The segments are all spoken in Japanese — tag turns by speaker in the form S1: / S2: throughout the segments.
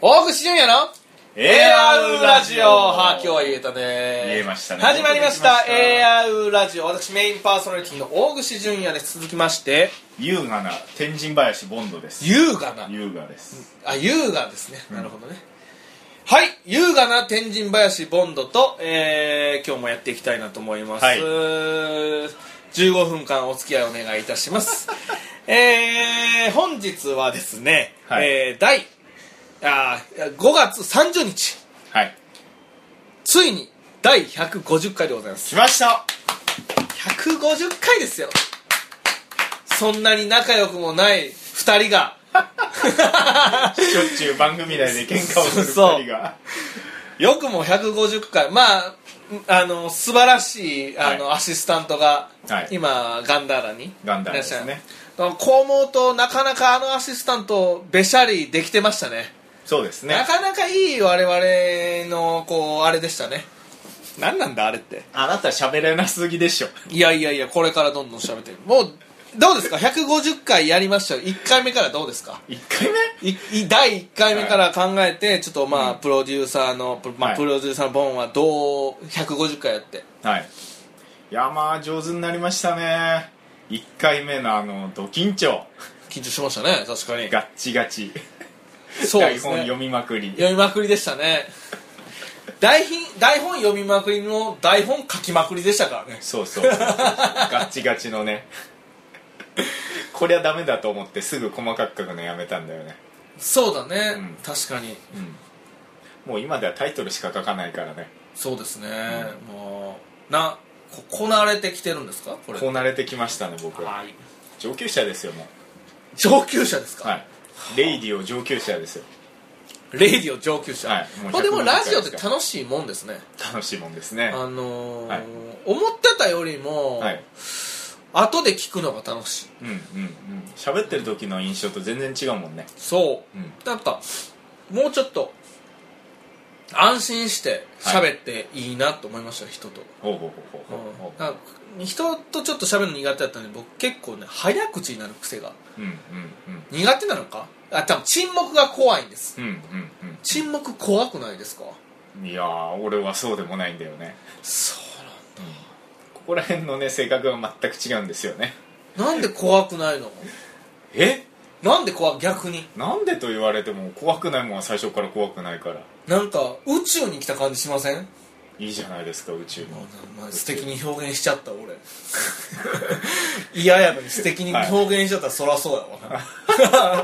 S1: 東北新宮の AR ラジオはあ今日は言えたね
S2: 言えましたね
S1: 始まりました
S2: よくできま
S1: AR ラジオ私メインパーソナリティの大串純也です続きまして
S2: 優雅な天神林ボンドです
S1: 優雅な
S2: 優雅です
S1: あ優雅ですね、なるほどねはい優雅な天神林ボンドと、えー今日もやっていきたいなと思います、
S2: はい
S1: 15分間お付き合いお願いいたします えー本日はですね、
S2: はい
S1: えー第あー5月30日
S2: はい
S1: ついに第150回でございます
S2: 来ました
S1: 150回ですよそんなに仲良くもない2人が
S2: しょっちゅう番組内で喧嘩をする
S1: そう
S2: 二人が
S1: よくも150回まああの素晴らしいあの、
S2: はい
S1: アシスタントが、
S2: はい
S1: 今ガンダーラに
S2: ガンダーラですね
S1: いらっしゃるこう思うとなかなかあのアシスタントべしゃりできてましたね
S2: そうですね
S1: なかなかいい我々のこうあれでしたね何なんだあれって
S2: あなた喋れなすぎでしょ
S1: いやいやいやこれからどんどん喋ってもうどうですか150回やりましたよ1回目からどうですか
S2: 1回目
S1: いい第1回目から考えて、ちょっとまあ、プロデューサーの、プロまあ
S2: はい
S1: プロデューサーのボンはどう150回やって
S2: はいいやまあ上手になりましたね1回目のあのド緊張
S1: 緊張しましたね確かに
S2: ガッチガチ
S1: そうです
S2: 台本
S1: ね
S2: 読みまくり
S1: 読みまくりでしたね台本台本読みまくりの台本書きまくりでしたからね
S2: そうそうそうそうガッチガチのねこりゃダメだと思ってすぐ細かく書くのやめたんだよね
S1: そうだね、
S2: うん
S1: 確かに
S2: もう今ではタイトルしか書かないからね
S1: そうですね、もうなここなれてきてるんですかこれ
S2: こう慣れてきましたね僕は
S1: はい
S2: 上級者ですよも
S1: 上級者です
S2: う
S1: か、
S2: はいレイディオ上級者ですよ
S1: レディオ上級者、
S2: はいもう
S1: まあでも
S2: 150回
S1: ラジオって楽しいもんですね
S2: 楽しいもんですね
S1: あのー
S2: はい
S1: 思ってたよりも、
S2: はい
S1: 後で聞くのが楽しい
S2: うんうんうん喋ってる時の印象と全然違うもんね
S1: そう、
S2: うん
S1: なんかもうちょっと安心して喋っていいなと思いました、人と、
S2: ほうほうほうほう
S1: うん
S2: ほうほ
S1: なんか人とちょっと喋るの苦手だったんで僕結構ね早口になる癖が
S2: ううんうんうん
S1: 苦手なのかあ多分沈黙が怖いんです
S2: うんうん
S1: 沈黙怖くないですか
S2: うんいやー俺はそうでもないんだよね
S1: そう
S2: ここら辺のね性格は全く違うんですよね
S1: なんなんで怖くないの
S2: え
S1: なんで怖逆に
S2: なんでと言われても怖くないもんは最初から怖くないから
S1: なんか宇宙に来た感じしません
S2: いいじゃないですか宇宙
S1: ま
S2: も
S1: あまあ素敵に表現しちゃった俺 嫌やのに素敵に表現しちゃったらそらそうやわ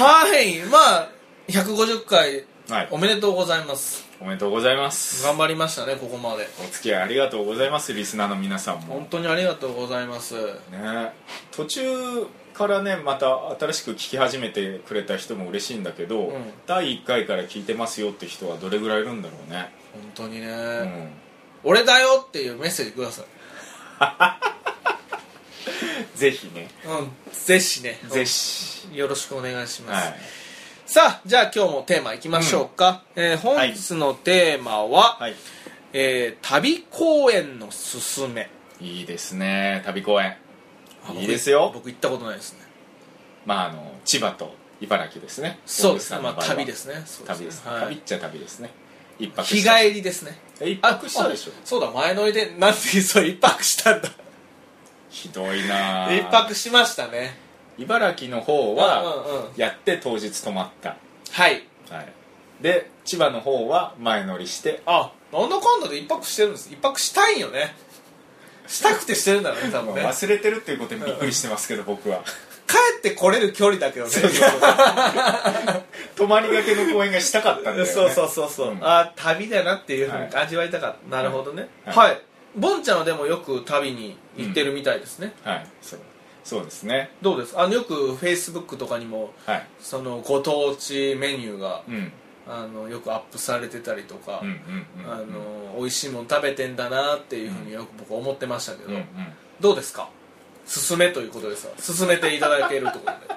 S1: はいまあ150回
S2: はい
S1: おめでとうございます
S2: おめでとうございます
S1: 頑張りましたねここまで
S2: お付き合いありがとうございますリスナーの皆さんも
S1: 本当にありがとうございます
S2: ね途中からねまた新しく聞き始めてくれた人も嬉しいんだけど、
S1: ん
S2: 第1回から聞いてますよって人はどれぐらいいるんだろうね、
S1: 本当にね、
S2: うん、
S1: 俺だよっていうメッセージください
S2: ぜひね
S1: うんぜひね
S2: ぜひ
S1: よろしくお願いします、
S2: はい
S1: さあじゃあ今日もテーマいきましょうか、えー本日のテーマは、
S2: はい
S1: えー旅公演のすすめ
S2: いいですね旅公演
S1: あ
S2: いいですよ
S1: 僕僕行ったことないですね
S2: まああの千葉と茨城ですね
S1: そうですね
S2: 大口さん
S1: ま
S2: の
S1: あ
S2: 場合は
S1: 旅ですねそう
S2: 旅ですね、
S1: は
S2: 旅
S1: い
S2: っちゃ旅ですね一泊
S1: 日
S2: した
S1: 帰りですね
S2: え一泊したでしょ
S1: あそうだ前乗りでなんでそう一泊したんだ
S2: ひどいなあ
S1: 一泊しましたね
S2: 茨城の方
S1: うんうんう
S2: は
S1: ん
S2: やって当日泊まった、
S1: はい
S2: はい、で千葉の方は前乗りして
S1: あなんだかんだで一泊してるんです一泊したいんよねしたくてしてるんだろうね多分ね
S2: 忘れてるっていうことにびっくりしてますけど僕は
S1: 帰ってこれる距離だけどね
S2: そうそうそう泊まりがけの公演がしたかったんだよ、ね、
S1: そうそうそうそう、
S2: うん
S1: あ旅だなっていうふう
S2: は
S1: に
S2: い
S1: 味わいたかった、なるほどね
S2: は
S1: はいい、ボンちゃんはでもよく旅に行ってるみたいですね、
S2: はいそうそうですね
S1: どうですあのよくフェイスブックとかにも
S2: はい
S1: そのご当地メニューが、
S2: うんうん
S1: あのよくアップされてたりとか、
S2: うんうん
S1: あの美味しいもん食べてんだなっていうふうによく僕思ってましたけど、
S2: うんうん
S1: どうですか勧めということですわ勧めていただけるということで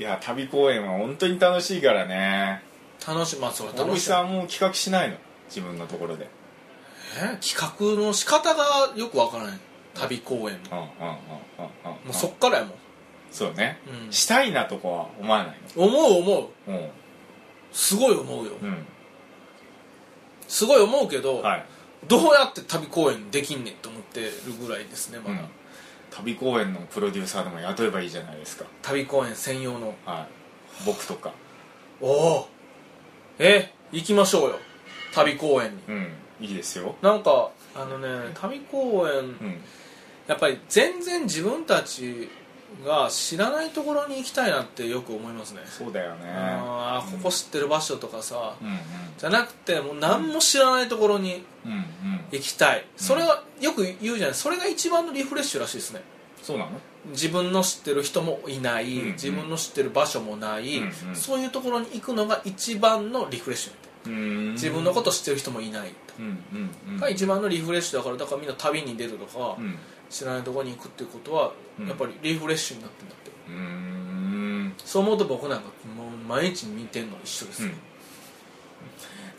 S2: いや旅公演は本当に楽しいからね
S1: 楽しまあそれは
S2: 大
S1: 楽
S2: 口
S1: しい
S2: さんも企画しないの自分のところで
S1: え企画の仕方がよくわからない旅公演の
S2: うんうんうんうんうん
S1: もうそっからやもん
S2: そうね、
S1: うん
S2: したいなとかは思わない
S1: 思う思う
S2: のうん
S1: すごい思うよ、
S2: うん
S1: すごい思うけど、
S2: はい、
S1: どうやって旅公演できんねんと思ってるぐらいですねま
S2: う
S1: だ、
S2: ん、旅公演のプロデューサーでも雇えばいいじゃないですか
S1: 旅公演専用の
S2: はい僕とか
S1: おおえ行きましょうよ旅公演に
S2: うんいいですよ
S1: なんかあのね旅公演
S2: うん
S1: やっぱり全然自分たちが知らないところに行きたいなってよく思いますね
S2: そうだよね
S1: ああここ知ってる場所とかさ、
S2: うんうん
S1: じゃなくてもう何も知らないところに
S2: うんうん
S1: 行きたいそれはよく言うじゃないそれが一番のリフレッシュらしいですね
S2: そうなの
S1: 自分の知ってる人もいない、
S2: うんうん
S1: 自分の知ってる場所もない、
S2: うんうん
S1: そういうところに行くのが一番のリフレッシュなんだよ
S2: うん
S1: 自分のこと知ってる人もいない
S2: うんうんうん
S1: が一番のリフレッシュだからだからみんな旅に出るとか、
S2: うん
S1: 知らないところに行くっていうことは
S2: うん
S1: やっぱりリフレッシュになってんだって
S2: うーん
S1: そう思うと僕なんかもう毎日見てんの一緒です、
S2: うん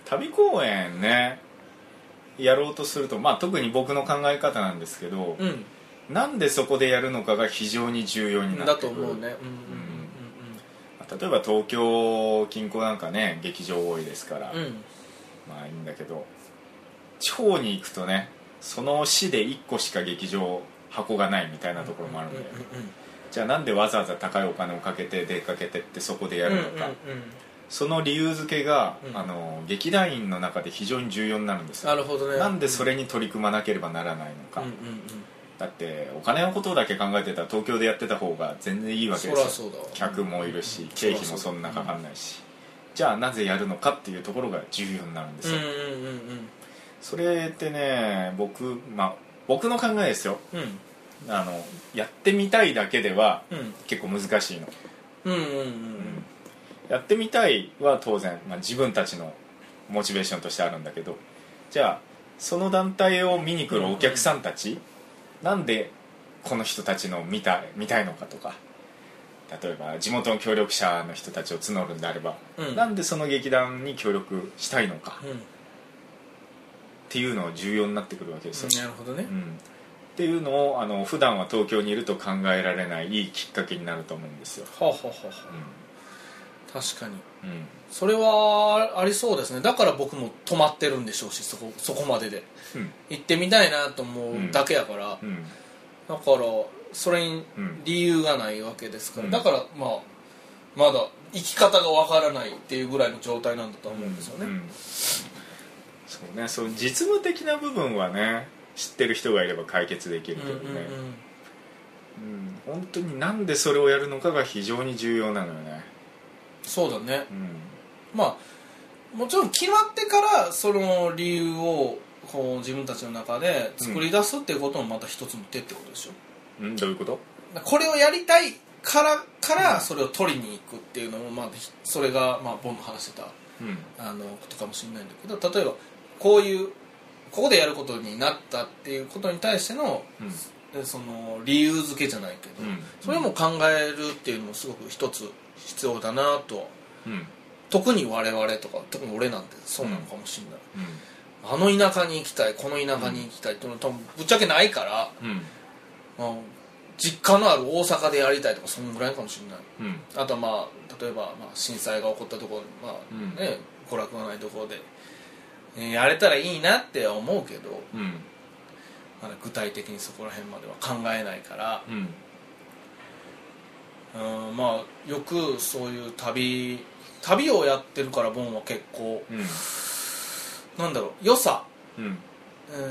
S2: 旅公演ねやろうとするとまあ特に僕の考え方なんですけど、
S1: うん
S2: なんでそこでやるのかが非常に重要にな
S1: だ
S2: って
S1: と
S2: くる
S1: 思うね
S2: 例えば東京近郊なんかね劇場多いですから、
S1: うんうんうんうんうん
S2: まあいいんだけど地方に行くとねその市で1個しか劇場箱がないみたいなところもあるんで、じゃあなんでわざわざ高いお金をかけて出かけてってそこでや
S1: うんうんうん
S2: るのか、
S1: うんうん
S2: その理由付けが、
S1: うん
S2: あの劇団員の中で非常に重要になるんですよ
S1: なるほどね
S2: なんでそ
S1: れ
S2: れに取り組まなければならないの
S1: う
S2: か、
S1: んうんうん
S2: だってお金のことだけ考えてたら東京でやってた方が全然いいわけ
S1: そ
S2: で
S1: り
S2: す
S1: ゃそ
S2: よ
S1: うだわ
S2: 客もいるし経費もそんなかかんないし、じゃあなぜやるのかっていうところが重要になるんで
S1: う
S2: す
S1: んう
S2: よ、
S1: んうんうん
S2: それってね僕まあ僕の考えですよ
S1: うん
S2: あのやってみたいだけでは
S1: うん
S2: 結構難しいの、
S1: うんうん
S2: やってみたいは当然、まあ、自分たちのモチベーションとしてあるんだけどじゃあその団体を見に来るお客さんたち、なんでこの人たちの見た見たいのかとか例えば地元の協力者の人たちを募るんであれば、
S1: うんうん
S2: なんでその劇団に協力したいのか
S1: うん
S2: っていうのを重要になってくるわけですよ、
S1: なるほどね
S2: うんっていうのをあの普段は東京にいると考えられないいいきっかけになると思うんですよ、
S1: はあはあはあは
S2: う
S1: あ確かに
S2: んうん
S1: それはありそうですねだから僕も止まってるんでしょうしそこそこまでで
S2: うん
S1: 行ってみたいなと思うだけやから、
S2: うん
S1: だからそれに
S2: うん
S1: 理由がないわけですから、
S2: うん
S1: だからまあまだ生き方がわからないっていうぐらいの状態なんだと思うんですよね、
S2: うんそうねそう実務的な部分はね知ってる人がいれば解決できる
S1: う
S2: け
S1: んう
S2: ど
S1: ん
S2: ね、うん本当になんでそれをやるのかが非常に重要なのよね、
S1: そうだね
S2: うん
S1: まあもちろん決まってからその理由をこう自分たちの中で作り出すっていうこともまた一つの手ってことでしょ
S2: うん、どういうこと
S1: これをやりたいからか
S2: う
S1: ら
S2: ん
S1: それを取りに行くっていうのも、まあ、ひそれが、まあ、ボンの話してた
S2: うん
S1: あのことかもしれないんだけど例えばこういうここでやることになったっていうことに対しての
S2: うん
S1: えその理由付けじゃないけど、
S2: うん
S1: それも考えるっていうのもすごく一つ必要だなと
S2: うんうん
S1: 特に我々とか特に俺なんてそうなのかもしれない、あの田舎に行きたいこの田舎に行きたいっていうのは多分ぶっちゃけないから、
S2: うん
S1: まあ実家のある大阪でやりたいとかそのぐらいかもしれない
S2: うん
S1: あとはまあ例えばまあ震災が起こったところ、ま
S2: うん
S1: あね娯楽がないところで、えーやれたらいいなって思うけど
S2: うん
S1: まだ具体的にそこら辺までは考えないから、
S2: うん
S1: うん、まあよくそういう旅旅をやってるからボンは結構なんだろう良さ
S2: うんうん
S1: うー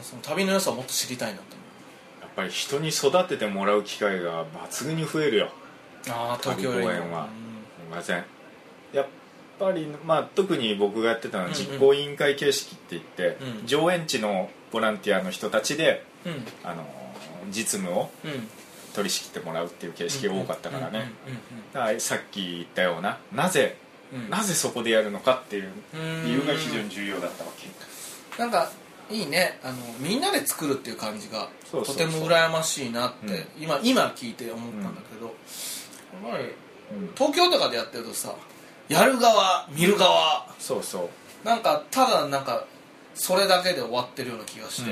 S1: んその旅の良さをもっと知りたいなと
S2: やっぱり人に育ててもらう機会が抜群に増えるよ
S1: 思うああ東京より
S2: 旅公園はませんやっぱり、まあ、特に僕がやってたのは実行委員会形式って言って、
S1: うん
S2: 上演地のボランティアの人たちで
S1: うんうん
S2: あの実務を
S1: うん
S2: 取り仕切ってもらうっていう形式が多かったからね、
S1: う
S2: だからさっき言ったようななぜ
S1: んうんうんうん
S2: なぜそこでやるのかっていう
S1: うん
S2: 理由が非常に重要だったわけ
S1: なんかいいねあのみんなで作るっていう感じが
S2: そうそうそう
S1: とても羨ましいなって、
S2: うん
S1: 今今聞いて思ったんだけど、やっぱり
S2: うん
S1: 東京とかでやってるとさやる側見る側
S2: そうそう
S1: なんかただなんかそれだけで終わってるような気がして、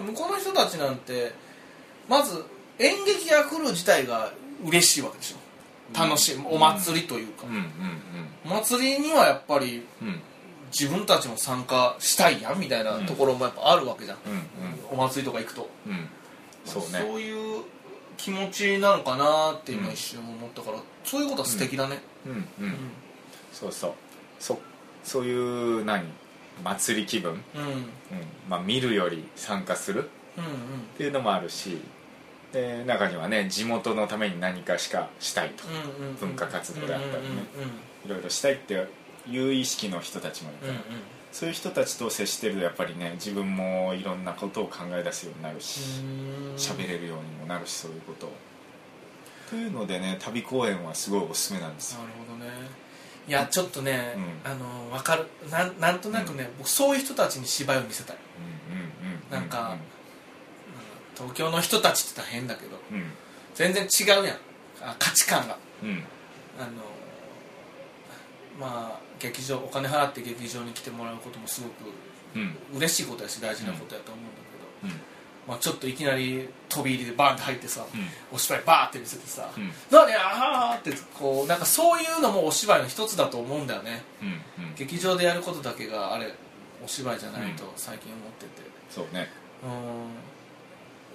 S1: 向こうの人たちなんてまず演劇が来る自体が嬉しいわけでしょ楽しい、お祭りというか
S2: うん、うん
S1: お祭りにはやっぱり
S2: うんうん
S1: 自分たちも参加したいやんみたいなところもやっぱあるわけじゃん、お
S2: うん
S1: 祭りとか行くと
S2: うんうんそうね
S1: そういう気持ちなのかなって今一瞬思ったから、そういうことは素敵だね、
S2: うんう
S1: うん
S2: んそうそうそそういう何祭り気分、うん
S1: うん、うん
S2: まあ、見るより参加するっていうのもあるしで中にはね地元のために何かしかしたいと
S1: うんうんうん
S2: 文化活動であったりね
S1: うん
S2: いろいろしたいっていう意識の人たちもい
S1: うん
S2: る
S1: うんうん
S2: そういう人たちと接してるとやっぱりね自分もいろんなことを考え出すようになるし
S1: うん
S2: 喋れるようにもなるしそういうことをというのでね旅公演はすごいおすすめなんです
S1: な
S2: よ
S1: るほどねいやちょっとね、
S2: うん
S1: あの分かるなんなんとなくね、僕そういう人たちに芝居を見せたい
S2: うんうんうん
S1: なんか東京の人たちって言ったら変だけど
S2: うんうん
S1: 全然違うやんあ価値観が
S2: うん
S1: あのまあ劇場お金払って劇場に来てもらうこともすごく
S2: うん
S1: 嬉しいことやし大事なことやと思うんだけど、
S2: うん
S1: まあ、ちょっといきなり飛び入りでバーンって入ってさ、
S2: うん
S1: お芝居バーって見せてさ、
S2: うん
S1: なんであーってこうなんかそういうのもお芝居の一つだと思うんだよね、
S2: うんうん
S1: 劇場でやることだけがあれお芝居じゃないと最近思ってて
S2: そうね
S1: う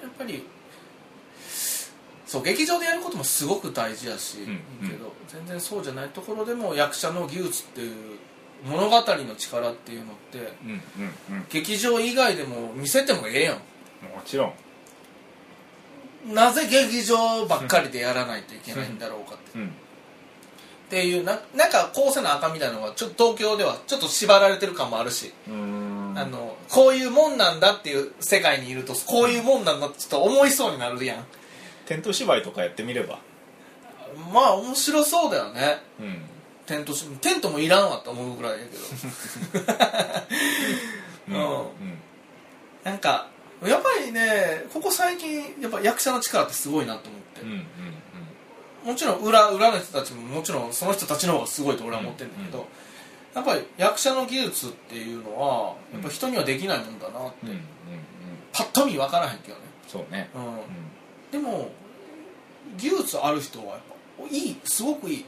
S1: ーんやっぱりそう劇場でやることもすごく大事やし、
S2: うん
S1: いいけど全然そうじゃないところでも役者の技術っていう物語の力っていうのって
S2: うんうんうん
S1: 劇場以外でも見せてもええや
S2: もちろん
S1: んなぜ劇場ばっかりでやらないといけないんだろうかって
S2: うん
S1: っていうななんかこうせなあかんみたいなのがちょっと東京ではちょっと縛られてる感もあるし
S2: うーん
S1: あのこういうもんなんだっていう世界にいるとこういうもんなんだってちょっと思いそうになるやん
S2: テント芝居とかやってみれば
S1: まあ面白そうだよね
S2: うん
S1: テントしテントもいらんわって思うぐらいや けど
S2: うん
S1: う
S2: うんん
S1: なんかやっぱりねここ最近やっぱ役者の力ってすごいなと思って、
S2: うんうん
S1: もちろん裏裏の人たちももちろんその人たちの方がすごいと俺は思ってるんだけど、
S2: うん
S1: やっぱり役者の技術っていうのはやっぱ人にはできないもんだな
S2: うんうんうん
S1: パッと見分からへんけどね、
S2: そうね
S1: う
S2: うんん
S1: でも技術ある人はやっぱいいすごくいい、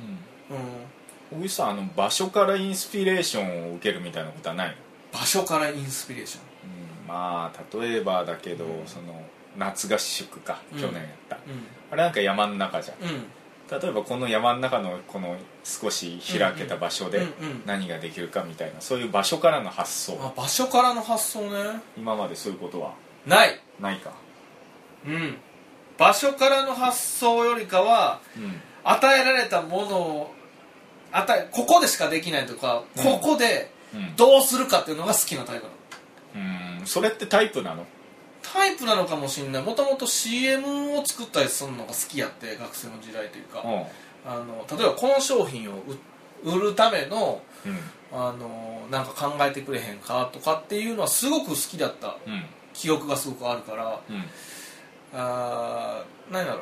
S1: うん、
S2: 小木さんあの場所からインスピレーションを受けるみたいなことはないの、
S1: 場所からインスピレーショ
S2: まあ例えばだけど、
S1: うん
S2: その夏合宿か
S1: うん
S2: 去年やった、
S1: ン
S2: あれなんか山の中じゃん
S1: うんうん
S2: 例えばこの山の中のこの少し開けた場所
S1: うん
S2: で
S1: うん
S2: 何ができるかみたいなそういう場所からの発想
S1: あ場所からの発想ね
S2: 今までそういうことは
S1: ない
S2: ないか
S1: うん場所からの発想よりかは
S2: うん
S1: 与えられたものを与えここでしかできないとか、
S2: うん
S1: ここで
S2: うん
S1: どうするかっていうのが好きなタイプなの
S2: うんそれってタイプなの
S1: タイプなのかもしんないもともと CM を作ったりするのが好きやって学生の時代というか、
S2: う
S1: あの例えばこの商品を売売るための
S2: ん
S1: あのなんか考えてくれへんかとかっていうのはすごく好きだった
S2: うんうん
S1: 記憶がすごくあるから
S2: うん
S1: あー何だろう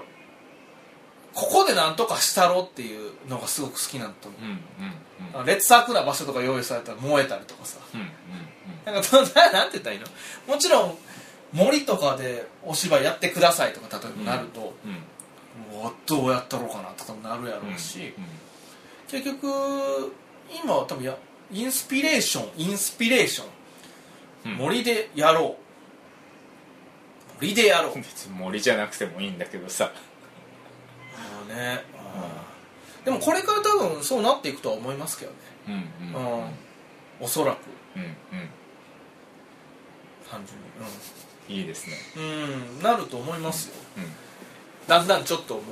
S1: ここでなんとかしたろっていうのがすごく好きなんだと思う
S2: うんうん
S1: あの劣悪な場所とか用意されたら燃えたりとかさ
S2: うんうん
S1: なんか そんななんて言ったらいいのもちろん森とかでお芝居やってくださいとか例えばなると、
S2: うんうん
S1: うわどうやったろうかなとかなるやろうし、
S2: う
S1: 結局今は多分やインスピレーションインスピレーション、
S2: んうん
S1: 森でやろう森でやろう
S2: 別に森じゃなくてもいいんだけどさ
S1: あねでもこれから多分そうなっていくとは思いますけどね
S2: うんうん
S1: う
S2: うんん
S1: おそらく
S2: うん
S1: 単純
S2: いいですね
S1: にうん、うん、なると思いますよ
S2: うん
S1: だんだんちょっともう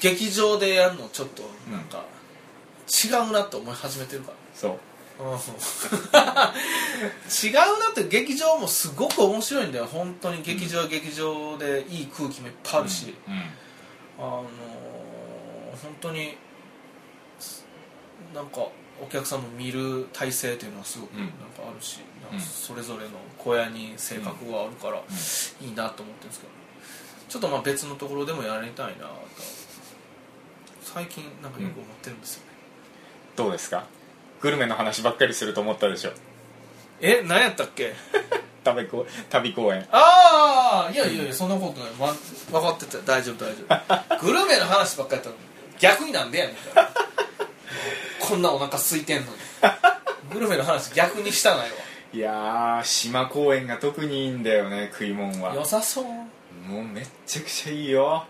S1: 劇場でやるのちょっとなんか違うなって思い始めてるから
S2: そう
S1: うん 違うなって劇場もすごく面白いんだよ本当に劇場は劇場でいい空気もいっぱいあるし、
S2: うんうん
S1: あのー本当にすなんかお客さんも見る体制というのはすごく
S2: うん
S1: なんかあるし、なん
S2: うん
S1: かそれぞれの小屋に性格があるからいいなと思ってるんですけどちょっとまあ別のところでもやりたいなと最近なんかよく思ってるんですよね、
S2: どうですかグルメの話ばっかりすると思ったでしょ
S1: え何やったっけ
S2: 旅公旅公演
S1: ああいやいやいやそんなことない、わ分かってた大丈夫大丈 夫グルメの話ばっかりやったのに逆になんでやねんみたいなこんなお腹空いてんのにグルメの話逆にしたないわ
S2: いやー島公演が特にいいんだよね食い物 は
S1: 良さそう
S2: もうめっちゃくちゃいいよ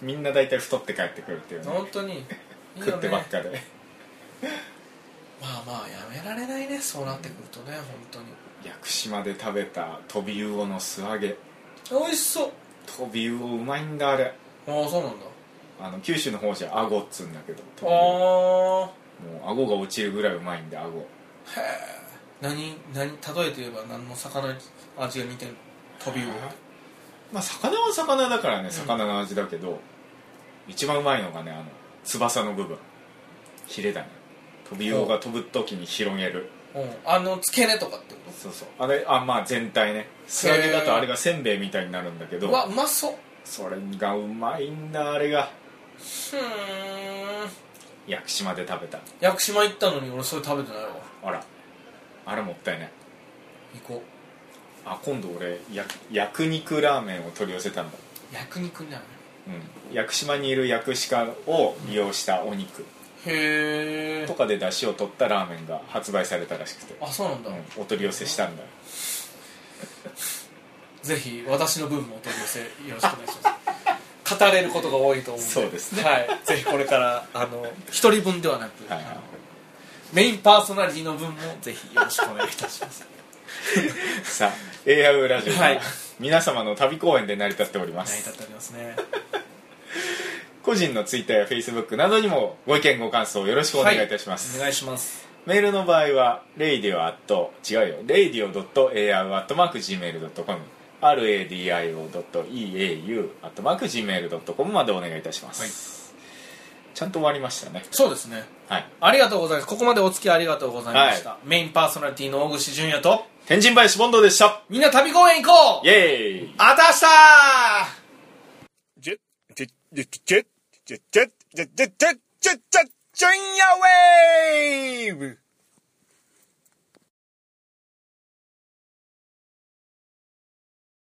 S2: みんな大体太って帰ってくるっていうね
S1: 本当にいいよね
S2: 食ってばっかで
S1: まあまあやめられないねそうなってくるとね本
S2: 屋久島で食べた飛び魚の素揚げ
S1: 当に美味しそう
S2: 飛び魚うまいんだあれ
S1: ああそうなんだ
S2: あの九州の方じゃアゴっつうんだけど
S1: あ
S2: 飛び魚
S1: あ
S2: もうアゴが落ちるぐらいうまいんでアゴ
S1: 何何例えて言えば何の魚に味が似てる飛び魚
S2: まあ魚は魚だからね魚の味だけど、一番うまいのがねあの翼の部分ヒレだね飛び魚が飛ぶ時に広げる
S1: うんあの付け根とかってこ
S2: そうそうあれあまあ全体ね素揚げだとあれがせんべいみたいになるんだけ
S1: と
S2: ど
S1: うわうまそう
S2: それがうまいんだあれが
S1: ふーん
S2: 屋久島で食べた
S1: 屋久島行ったのに俺それ食べてないわ
S2: あらあれもったいない
S1: 行こ
S2: あ今度俺や薬肉ラーメンを取り寄せたんだ
S1: う焼肉になる
S2: うん屋久島にいる薬師家を利用したお肉
S1: へ
S2: と
S1: え
S2: かで出汁を取ったラーメンが発売されたらしくて、
S1: あそうなんだ、
S2: うん、お取り寄せしたんだ
S1: ぜひ私の分もお取り寄せよろしくお願いし ます語れることが多いと思うんで
S2: そうですね
S1: はい、ぜひこれからあの一人分ではなく、
S2: はいはい
S1: あのメインパーソナリティの分もぜひよろしくお願いいたします
S2: さあ AIU ラジオでは
S1: はい
S2: 皆様の旅公演で成り立っておりま
S1: 成り立
S2: す
S1: っておりますね
S2: 個人の Twitter や Facebook などにもご意見ご感想をよろしくお願いいたします、
S1: お願いします
S2: メールの場合は radio. アット違うよ radio.ar.gmail.com radio.eau.gmail.com までお願いいたします、ちゃんと終わりましたね
S1: そうですね
S2: はい
S1: ありがとうございますここまでお付き合いありがとうございました、
S2: は
S1: メインパーソナリティの大串淳也と
S2: 天神林ボンドでした
S1: みんな旅公演行こう
S2: イエーイ
S1: あたしたー
S3: Jet, jet, jet, jet, jet, jet, jet, jet, jet, jet, jet, jet, jet, jet,